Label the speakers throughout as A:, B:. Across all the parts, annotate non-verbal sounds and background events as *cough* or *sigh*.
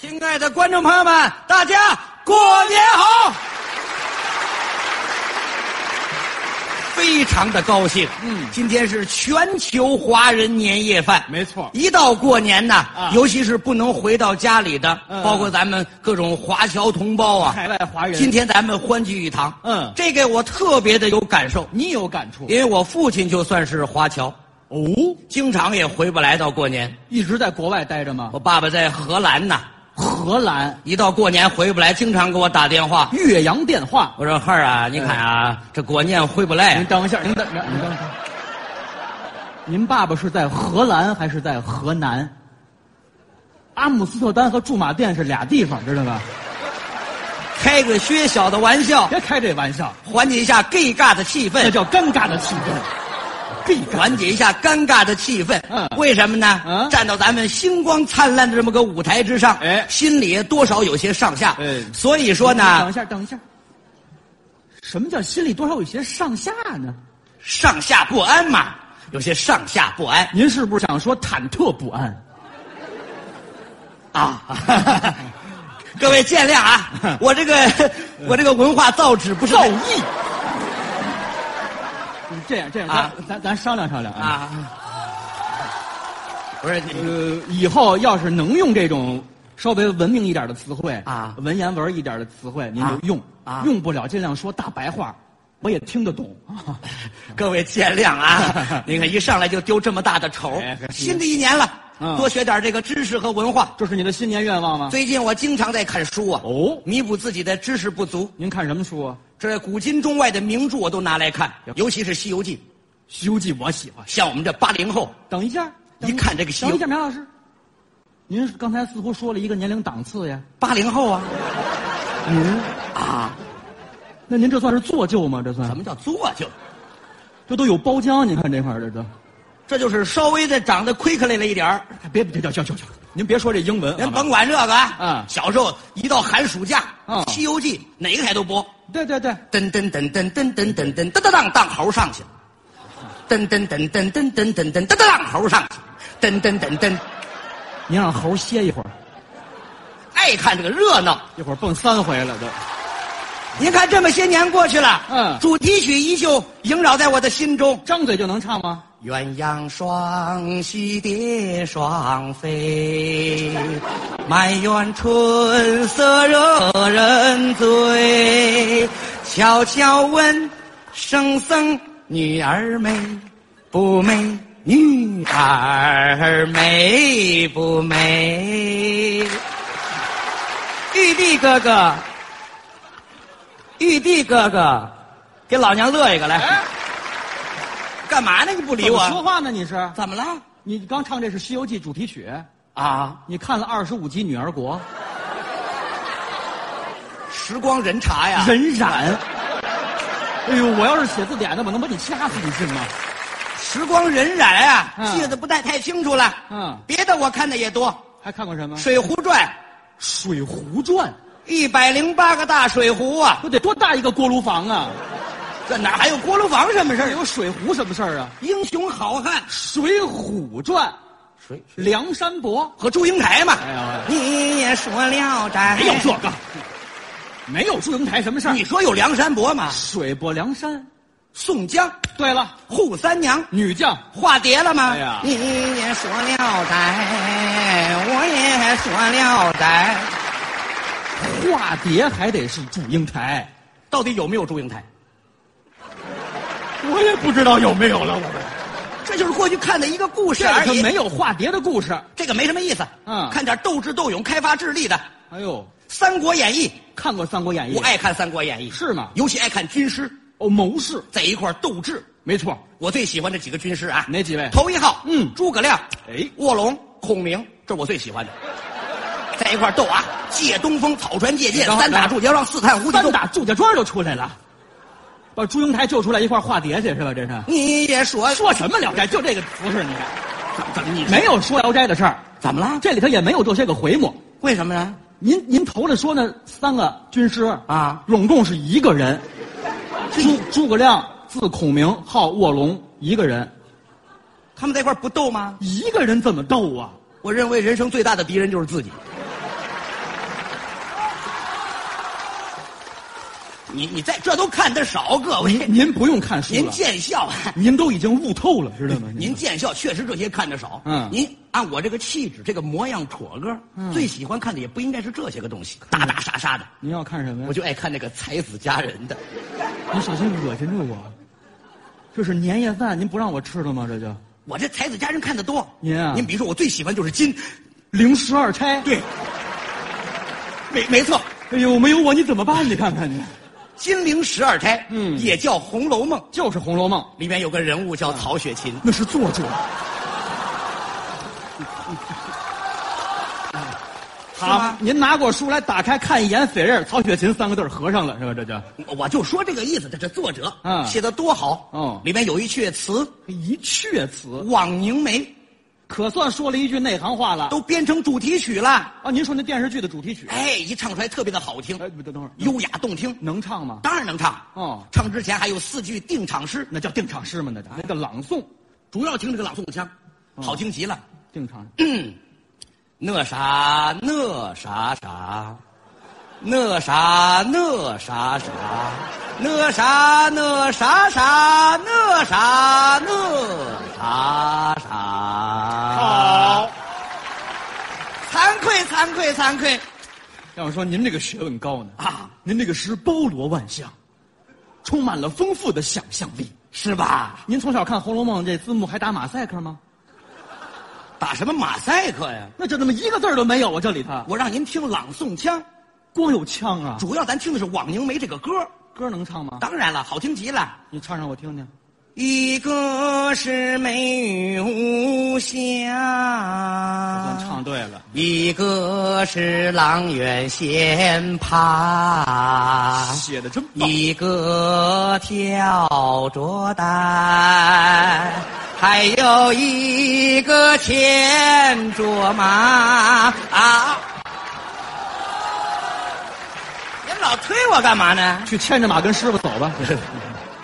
A: 亲爱的观众朋友们，大家过年好！非常的高兴，嗯，今天是全球华人年夜饭，
B: 没错
A: 一到过年呐，
B: 啊
A: 尤其是不能回到家里的，
B: 嗯
A: 包括咱们各种华侨同胞啊，
B: 海外华人
A: 今天咱们欢聚一堂，
B: 嗯
A: 这个我特别的有感受，
B: 你有感触
A: 因为我父亲就算是华侨，
B: 哦？
A: 经常也回不来到过年。
B: 一直在国外待着吗？
A: 我爸爸在荷兰呐，
B: 荷兰
A: 一到过年回不来，经常给我打电话。
B: 岳阳电话。
A: 我说孩儿
B: 嗯
A: 啊，你看啊，这过年回不来、
B: 哎您
A: 啊。
B: 等一下，您等，您等一下。您爸爸是在荷兰还是在河南？阿姆斯特丹和驻马店是俩地方，知道吧？
A: 开个薛小的玩笑，
B: 别开这玩笑，
A: 缓解一下尴尬的气
B: 那
A: 氛，
B: 叫尴尬的气氛。哎必尴
A: 缓解一下尴尬的气氛。
B: 嗯
A: 为什么呢？
B: 嗯
A: 站到咱们星光灿烂的这么个舞台之上，
B: 哎
A: 心里多少有些上下。
B: 哎嗯
A: 所以说
B: 等
A: 呢
B: 一，下，等一下。什么叫心里多少有些上下呢？
A: 上下不安嘛，有些上下不安
B: 您是不是想说忐忑不安？
A: 啊。 *laughs* 各位见谅啊，我这个我这个文化造诣不是
B: 嗯造
A: 太
B: 诣。你嗯这样这样，
A: 啊
B: 咱咱咱商量商量啊。
A: 啊，不是你
B: 呃，以后要是能用这种稍微文明一点的词汇
A: 啊
B: 文言文一点的词汇，您
A: 啊
B: 就用
A: 啊
B: 用不了尽量说大白话，我也听得懂。 *laughs*
A: 各位见谅啊！你看一上来就丢这么大的丑
B: 哎，
A: 新的一年了，
B: 嗯
A: 多学点这个知识和文化。
B: 这是你的新年愿望吗？
A: 最近我经常在看书啊，
B: 哦，
A: 弥补自己的知识不足。
B: 您看什么书啊？
A: 这古今中外的名著我都拿来看，尤其是《西游记》。
B: 《西游记》我喜欢。
A: 像我们这八零后，
B: 等一下，等
A: 一看这个西游
B: 等一下，苗老师，您刚才似乎说了一个年龄档次呀。
A: 八零后啊，
B: 嗯您，
A: 啊，
B: 那您这算是做旧吗？这算
A: 什么叫做就？
B: 这都有包浆，你看这块儿这都。
A: 这就是稍微的长得亏克累了一点儿。
B: 哎别别别别别！您别说这英文，
A: 您甭管这个啊，
B: 嗯
A: 小时候一到寒暑假，
B: 嗯
A: 西游记》哪个台都播。
B: 对对对，
A: 噔噔噔噔噔噔噔噔噔噔当当猴上去，噔噔噔噔噔噔噔噔噔当猴上去，噔噔噔噔，
B: 您让猴歇一会儿，
A: 爱看这个热闹。
B: 一会儿蹦三回了都。
A: 您看这么些年过去了，
B: 嗯
A: 主题曲依旧萦绕在我的心中。
B: 张嘴就能唱吗？
A: 鸳鸯双栖蝶双飞，满园春色惹人醉。悄悄问圣僧女儿美不美？女儿美不美？玉帝哥哥，玉帝哥哥，给老娘乐一个来！
B: 哎，
A: 干嘛呢？你不理
B: 怎
A: 我
B: 么？说话呢？你是？
A: 怎么了？
B: 你刚唱这是《西游记》主题曲，
A: 啊，
B: 你看了二十五集《女儿国
A: 时光荏茶》，呀！
B: 人染。哎呦，我要是写字典的，我能把你掐死，你信吗？
A: 时光荏苒啊，
B: 嗯
A: 记得不太太清楚了。
B: 嗯，
A: 别的我看的也多，
B: 还看过什么？
A: 《
B: 《
A: 水浒传
B: 水浒传》》
A: 一百零八个大水壶啊，
B: 那得多大一个锅炉房啊！
A: 这哪还有锅炉房什么事
B: 这
A: 儿？
B: 有水浒什么事儿啊？
A: 英雄好汉
B: 《水浒传》，
A: 水
B: 梁山伯。
A: 和祝英台嘛
B: 哎呀。
A: 你也说聊斋，
B: 没有这个，没有祝英台什么事儿
A: 你。说有梁山伯吗？
B: 水泊梁山。
A: 宋江、
B: 对了，
A: 扈三娘。
B: 女将
A: 化蝶了吗？
B: 哎呀
A: 你也说聊斋，我也说聊斋，
B: 化蝶还得是祝英台，
A: 到底有没有祝英台？
B: 我也不知道有没有了。我们
A: 这就是过去看的一个故事
B: 这
A: 而
B: 个
A: 已，
B: 没有化蝶的故事。
A: 这个没什么意思。
B: 嗯
A: 看点斗智斗勇、开发智力的《
B: 哎呦，
A: 三国演义
B: 看过《三国演》，义
A: 我》爱看《三国演义》，
B: 哎是吗？
A: 尤其爱看军师
B: 哦，谋士，
A: 在一块儿斗智。
B: 没错。
A: 我最喜欢这几个军师啊，
B: 哪几位
A: 头一号，
B: 嗯
A: 诸葛亮、
B: 哎，
A: 卧龙、孔明，这是我最喜欢的，在一块儿斗啊，借东风，草船借箭
B: 然，后
A: 三打
B: 然后
A: 祝家庄，四探胡
B: 单
A: 纵。
B: 打祝家庄就出来了，把祝英台救出来一块儿化蝶去是吧？这是
A: 你也说
B: 说什么《聊斋》？就这个不是你看，
A: 怎么你
B: 没有说《聊斋》的事儿，
A: 怎么了？
B: 这里头也没有这些个回目。
A: 为什么呢？
B: 您您头里说那三个军师
A: 啊
B: 拢共是一个人，诸诸葛亮字孔明，号卧龙，一个人，
A: 他们在一块儿不斗吗？
B: 一个人怎么斗啊？
A: 我认为人生最大的敌人就是自己。你你在这都看得少，各位，
B: 您不用看书
A: 您
B: 了，
A: 见笑，
B: 您都已经悟透了，知道吗？
A: *laughs* 您见笑，确实这些看得少。
B: 嗯
A: 您按我这个气质、这个模样、妥个儿，最喜欢看的也不应该是这些个东西，
B: 嗯
A: 打打杀杀的，
B: 您要看什么呀？
A: 我就爱看那个才子佳人的。
B: 你小心恶心着我，这是年夜饭，您不让我吃了吗？这就
A: 我这才子佳人看得多。
B: 您啊
A: 您比如说，我最喜欢就是金，
B: 零十二钗。
A: 对，没没错，
B: 哎呦，没有我你怎么办？你看看你，
A: 金陵十二钗，
B: 嗯
A: 也叫《红楼梦》，
B: 就是《红楼梦》，
A: 里面有个人物
B: 嗯
A: 叫曹雪芹。
B: 那是作者，
A: 是吗？
B: 您拿过书来，打开看一眼，扉页曹雪芹三个字儿合上了，是吧？这就
A: 我我就说这个意思，这这作者
B: 嗯
A: 写的多好。
B: 哦
A: 里面有一阙词
B: 一阙词
A: 《枉凝眉》，
B: 可算说了一句内行话了。
A: 都编成主题曲了。
B: 啊，您说那电视剧的主题曲？
A: 哎，一唱出来特别的好听，
B: 哎，不等等会儿，
A: 优雅动听，
B: 能唱吗？
A: 当然能唱。
B: 哦
A: 唱之前还有四句定场诗，
B: 那叫定场诗吗？那叫那叫朗诵，
A: 主要听这个朗诵腔，
B: 哦
A: 好听极了。
B: 定场。
A: 嗯那啥那啥啥，那啥那啥啥，那啥那啥啥，那啥那啥啥。好，
B: 啊
A: 惭愧惭愧惭愧
B: 要我说您这个学问高呢，
A: 啊，
B: 您这个诗包罗万象，充满了丰富的想象力。
A: 是吧？
B: 您从小看《红楼梦》这字幕还打马赛克吗？
A: 打什么马赛克呀？
B: 那就那么一个字儿都没有啊！这里头
A: 我让您听朗诵腔，
B: 光有腔啊，
A: 主要咱听的是《枉凝眉》这个歌。
B: 歌能唱吗？
A: 当然了，好听极了。
B: 你唱唱我听听。
A: 一个是美玉无
B: 我算
A: 瑕，
B: 唱对了。
A: 一个是阆苑仙葩，
B: 写的真棒！
A: 一个挑着担，还有一个牵着马啊！您老推我干嘛
B: *laughs*
A: 呢？
B: 去牵着马跟师傅走吧。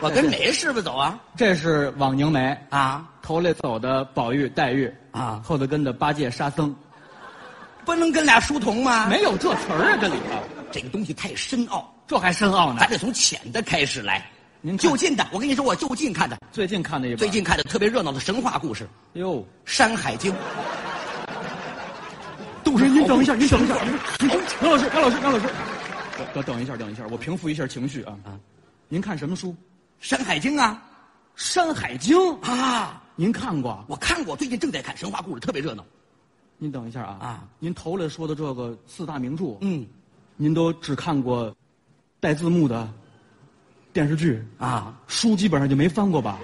A: 我跟哪个师傅走啊？
B: 这是枉凝眉，
A: 啊，
B: 头里走的宝玉、黛玉
A: 啊
B: 后头跟的八戒、沙僧，
A: 不能跟俩书童吗？
B: 没有这词儿啊，这里头，
A: 这个东西太深奥，
B: 这还深奥呢
A: 咱。得从浅的开始来。
B: 您看
A: 就近的，我跟你说，我就近看的，
B: 最近看的一本，
A: 最近看的特别热闹的神话故事《
B: 哟，
A: 山海经》。
B: 都是您等一下，您等一下，杨老师，杨老师，杨老师，等等一下，等一下，我平复一下情绪啊。
A: 啊
B: 您看什么书？《
A: 《山海经》啊
B: 山海经》
A: 啊，
B: 您看过？
A: 我看过，最近正在看神话故事，特别热闹。
B: 您等一下啊
A: 啊！
B: 您头里说的这个四大名著，
A: 嗯
B: 您都只看过带字幕的电视剧，
A: 啊，
B: 书基本上就没翻过吧？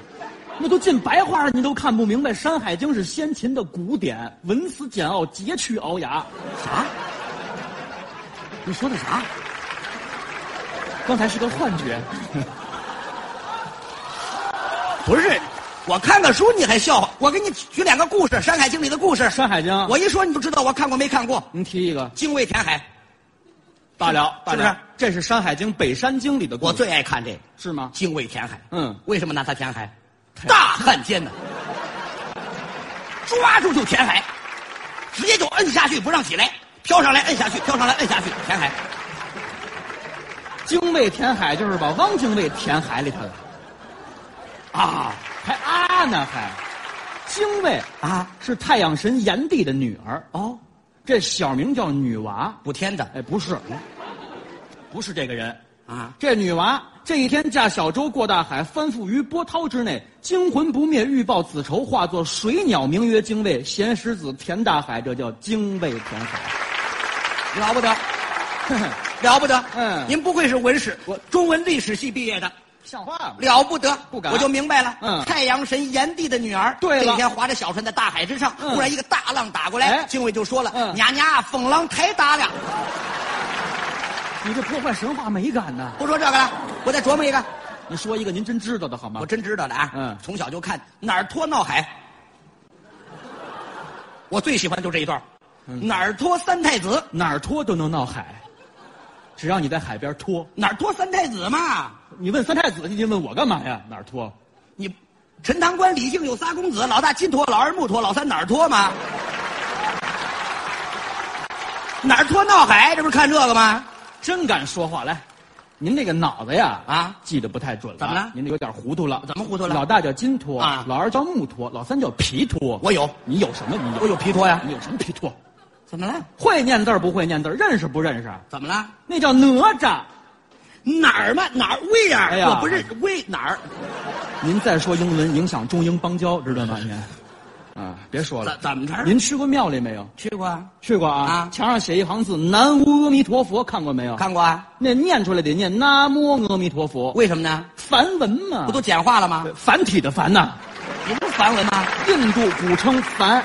B: 那都进白话了，您都看不明白。《山海经》是先秦的古典，文辞简奥，佶屈聱牙。
A: 啥？你说的啥？
B: 刚才是个幻觉，
A: 不是，我看个书你还笑话？我给你举两个故事，《山海经》里的故事。
B: 《山啊海经》
A: 我一说你就知道我看过没看过，
B: 您提一个，
A: 《精卫填海》，
B: 罢了，
A: 是
B: 罢
A: 不是
B: 了。这是《山海经》《北山经》里的故事，
A: 我最爱看这个。
B: 是吗？
A: 精卫填海。
B: 嗯
A: 为什么拿它填海？大汉奸呐，抓住就填海，直接就摁下去不让起来，飘上来摁下去，飘上来摁下去，填海。
B: 精卫填海就是把汪精卫填海里头了，
A: 啊
B: 还啊呢还，精卫
A: 啊
B: 是太阳神炎帝的女儿，
A: 哦，
B: 这小名叫女娃。
A: 补天的
B: 哎，不是，不是这个人。
A: 啊，
B: 这女娃这一天驾小舟过大海，翻覆于波涛之内，惊魂不灭，欲报子仇，化作水鸟，名曰精卫，衔石子填大海，这叫精卫填海。 *laughs*
A: 了不得，了不得。
B: 嗯
A: 您不愧是文史，
B: 我
A: 中文历史系毕业的。
B: 像话吗？
A: 了不得，
B: 不敢
A: 我就明白了。
B: 嗯
A: 太阳神炎帝的女儿，
B: 对了
A: 那天划着小船在大海之上，
B: 嗯
A: 忽然一个大浪打过来，
B: 哎
A: 精卫就说了：“
B: 嗯
A: 娘啊娘，风浪太大了。”
B: 你这破坏神话美感呐！
A: 不说这个了，我再琢磨一个。
B: 你说一个您真知道的好吗
A: 我？真知道的啊，
B: 嗯
A: 从小就看哪儿拖闹海，我最喜欢就这一段儿，
B: 嗯
A: 哪儿拖三太子，
B: 哪儿拖都能闹海，只要你在海边拖。
A: 哪儿拖三太子嘛，
B: 你问三太子，你问我干嘛呀？哪儿拖？
A: 你陈塘关李靖有仨公子，老大金拖，老二木拖，老三哪儿拖嘛？哪儿拖闹海，这不是看这个吗？
B: 真敢说话来，您这个脑子呀
A: 啊
B: 记得不太准了，
A: 怎么了
B: 您这有点糊涂了。
A: 怎么糊涂了
B: 老大叫金托
A: 啊
B: 老二叫木托，老三叫皮托。
A: 我有
B: 你有嗯什么？你有
A: 我有啊皮托呀
B: 你有什么皮托？
A: 怎么了？
B: 会念字儿不会念字儿，认识不认识啊？
A: 怎么了？
B: 那叫哪吒。
A: 哪儿嘛？哪儿？Where？、
B: 哎呀
A: 我不认 Where 哪儿？
B: 您再说英文影响中英邦交，知道吗？
A: *laughs*
B: 您，啊，别说了
A: 怎。怎么着？
B: 您去过庙里没有？
A: 去过啊？
B: 去过啊？
A: 啊
B: 墙上写一行字“南无阿弥陀佛”，看过没有？
A: 看过啊？
B: 那念出来得念“南无阿弥陀佛
A: 为什么呢？”，
B: 梵文嘛，
A: 不都简化了吗？
B: 繁体的繁呐、
A: 你不是梵文吗？
B: 印度古称梵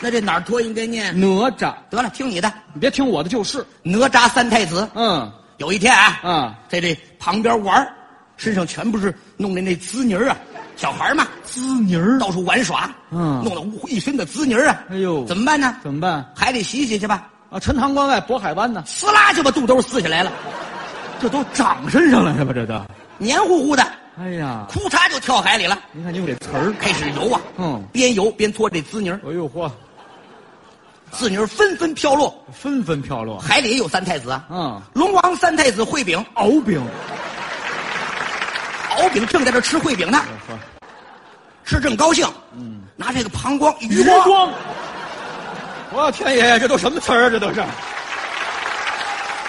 A: 那这哪儿托应该念？
B: 哪吒，
A: 得了，听你的。
B: 你别听我的就是，
A: 哪吒三太子
B: 嗯
A: 有一天啊，
B: 嗯，
A: 在这旁边玩儿身上全部是弄的那滋泥儿啊，小孩儿嘛，
B: 滋泥儿
A: 到处玩耍，
B: 嗯
A: 弄得一身的滋泥儿啊，
B: 哎呦
A: 怎么办呢？
B: 怎么办
A: 海里洗洗去吧，
B: 啊？陈塘关外渤海湾呢？
A: 撕拉就把肚兜撕下来了，
B: 这都长身上了是吧？这都，
A: 黏糊糊的，
B: 哎呀，
A: 哭嚓就跳海里了，
B: 您看您有这词儿，
A: 开始游啊，
B: 嗯
A: 边游边搓这滋泥儿，
B: 哎呦嚯，
A: 滋泥儿纷纷飘落，
B: 纷纷飘落，
A: 海里也有三太子啊，
B: 嗯，
A: 龙王三太子烩饼，
B: 敖丙，
A: 敖丙正在这吃烩饼
B: 哎
A: 呢，吃正高兴，嗯，拿这个膀胱
B: 余
A: 余光
B: 光，我要天爷，这都什么词儿啊？这都是，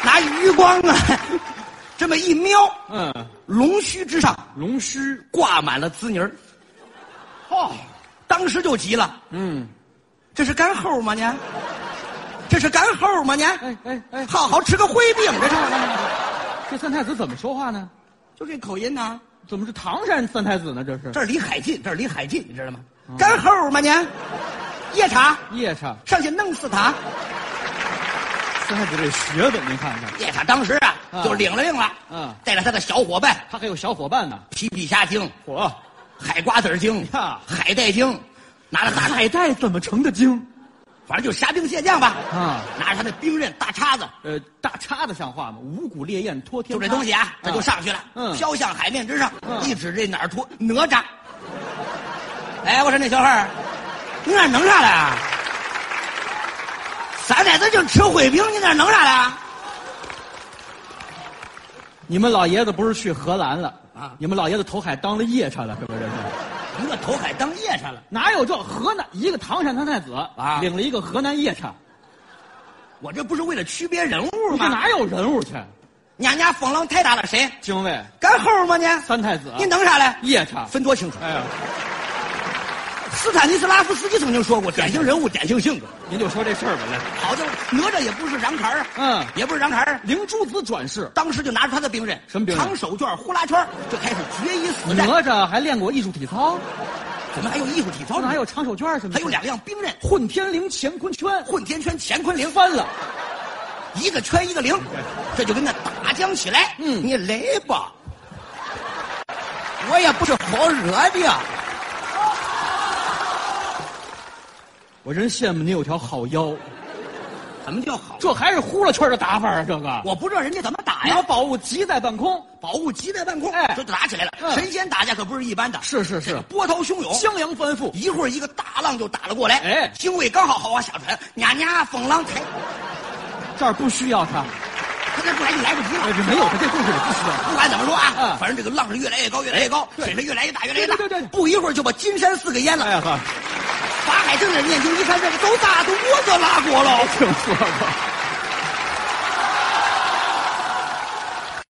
A: 拿余光啊， *laughs* 这么一瞄，
B: 嗯，
A: 龙须之上
B: 龙须，
A: 挂满了滋泥儿，
B: 嚯，
A: 当时就急了，
B: 嗯，
A: 这是干猴吗呢？这是干猴吗呢？
B: 哎哎哎，
A: 好好吃个灰饼，这是
B: 这三太子怎么说话呢？
A: 就这口音呢、
B: 怎么是唐山三太子呢？这是
A: 这儿离海近，这儿离海近，你知道吗？
B: 嗯
A: 干猴吗呢？夜叉
B: 夜叉。
A: 上去弄死他！
B: 三太子这学问，您看看，
A: 夜叉当时啊
B: 啊
A: 就领了令了，
B: 嗯
A: 带着他的小伙伴
B: 他还有小伙伴呢。
A: 皮皮虾精、
B: 我
A: 海瓜子精、
B: 呀
A: 海带精，拿着大海，
B: 海带怎么成的精？
A: 反正就虾兵蟹将吧，
B: 啊
A: 拿着他的兵刃、大叉子，
B: 呃，大叉子像话吗？五谷烈焰托天
A: 就
B: 叉，
A: 这东西啊，他就上去了，
B: 嗯
A: 飘向海面之上，
B: 嗯
A: 一指这哪儿脱哪吒。哎，我说那小孩儿，你哪弄啥来啊？咱在这就吃烩饼，你哪弄啥来啊？
B: 你们老爷子不是去荷兰了
A: 啊
B: 你们老爷子投海当了夜叉了，是不是？这是
A: 你可投海当夜叉了？
B: 哪有这河南一个唐山三太子
A: 啊
B: 领了一个河南夜叉，
A: 我这不是为了区别人物
B: 这
A: 吗？
B: 哪有人物去？
A: 娘娘风浪太大了，谁
B: 精卫
A: 干猴吗你？
B: 三太子，
A: 你弄啥来？
B: 夜叉，
A: 分多清楚。
B: 哎呀，
A: 斯坦尼斯拉夫斯基曾经说过，典型人物，典型性格。
B: 您就说这事儿吧，来，
A: 好家伙，哪吒也不是瓤牌儿啊，
B: 嗯
A: 也不是瓤牌儿啊，
B: 灵珠子转世，
A: 当时就拿出他的兵刃，
B: 什么兵刃嗯
A: 长手绢、呼啦圈，就开始决一死战。
B: 哪吒还练过艺术体操，
A: 怎么还有艺术体操呢？
B: 哪有长手绢什么？
A: 哦还有两样兵刃：
B: 混天绫乾坤圈，
A: 混天圈、乾坤铃，
B: 翻了。
A: 一个圈一个铃，这就跟那打将起来。
B: 嗯
A: 你来吧，我也不是好惹的。
B: 我真羡慕你有条好腰，
A: 怎么叫好？
B: 这还是呼啦圈的打法啊！这个，
A: 我不知道人家怎么打
B: 你把
A: 呀。
B: 宝物急在半空，
A: 宝物急在半空，
B: 哎
A: 这就打起来了。
B: 嗯
A: 神仙打架可不是一般的，
B: 是是是
A: 这个波涛汹涌。
B: 江洋翻覆，
A: 一会儿一个大浪就打了过来，
B: 哎
A: 精卫刚好好往下船，呀呀，风浪抬，
B: 这儿不需要他，
A: 他这不来就来不及了
B: 哎。这没有他，这故事里不需要他。
A: 不管怎么说啊，
B: 嗯哎
A: 反正这个浪是越来越高，越来越高，
B: 对
A: 水是越来越大，越来越大。
B: 对对对对
A: 不一会儿就把金山寺给淹了。
B: 哎呀呵，哎
A: 法海正在念经，一看这个都大都我都拉过了。
B: 听说过，